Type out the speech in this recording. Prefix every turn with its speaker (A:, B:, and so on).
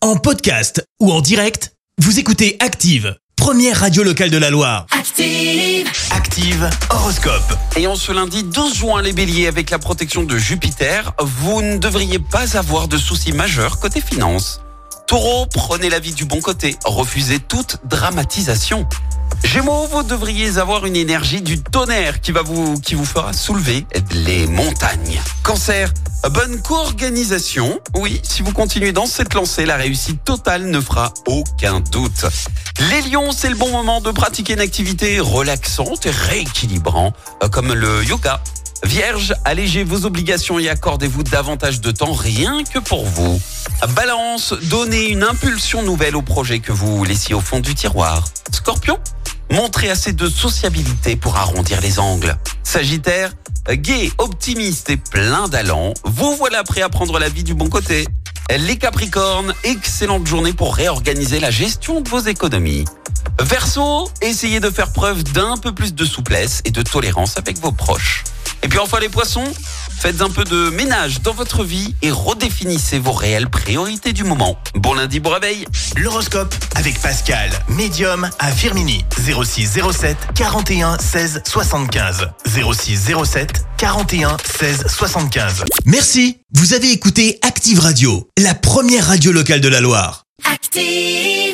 A: En podcast ou en direct, vous écoutez Active, première radio locale de la Loire.
B: Active.
C: Active Horoscope. Et en ce lundi 12 juin, les béliers, avec la protection de Jupiter, vous ne devriez pas avoir de soucis majeurs côté finance. Taureau, prenez la vie du bon côté, refusez toute dramatisation. Gémeaux, vous devriez avoir une énergie du tonnerre qui, va vous, qui vous fera soulever les montagnes. Cancer, bonne co-organisation. Oui, si vous continuez dans cette lancée, la réussite totale ne fera aucun doute. Les lions, c'est le bon moment de pratiquer une activité relaxante et rééquilibrant, euh, comme le yoga. Vierge, allégez vos obligations et accordez-vous davantage de temps rien que pour vous. Balance, donnez une impulsion nouvelle au projet que vous laissiez au fond du tiroir. Scorpion, montrez assez de sociabilité pour arrondir les angles. Sagittaire, gai, optimiste et plein d'allant, vous voilà prêt à prendre la vie du bon côté. Les Capricornes, excellente journée pour réorganiser la gestion de vos économies. Verseau, essayez de faire preuve d'un peu plus de souplesse et de tolérance avec vos proches. Et puis enfin les poissons, faites un peu de ménage dans votre vie et redéfinissez vos réelles priorités du moment. Bon lundi, bon réveil
A: L'horoscope avec Pascal, médium à Firmini, 06 07 41 16 75. 06 07 41 16 75. Merci, vous avez écouté Active Radio, la première radio locale de la Loire.
B: Active.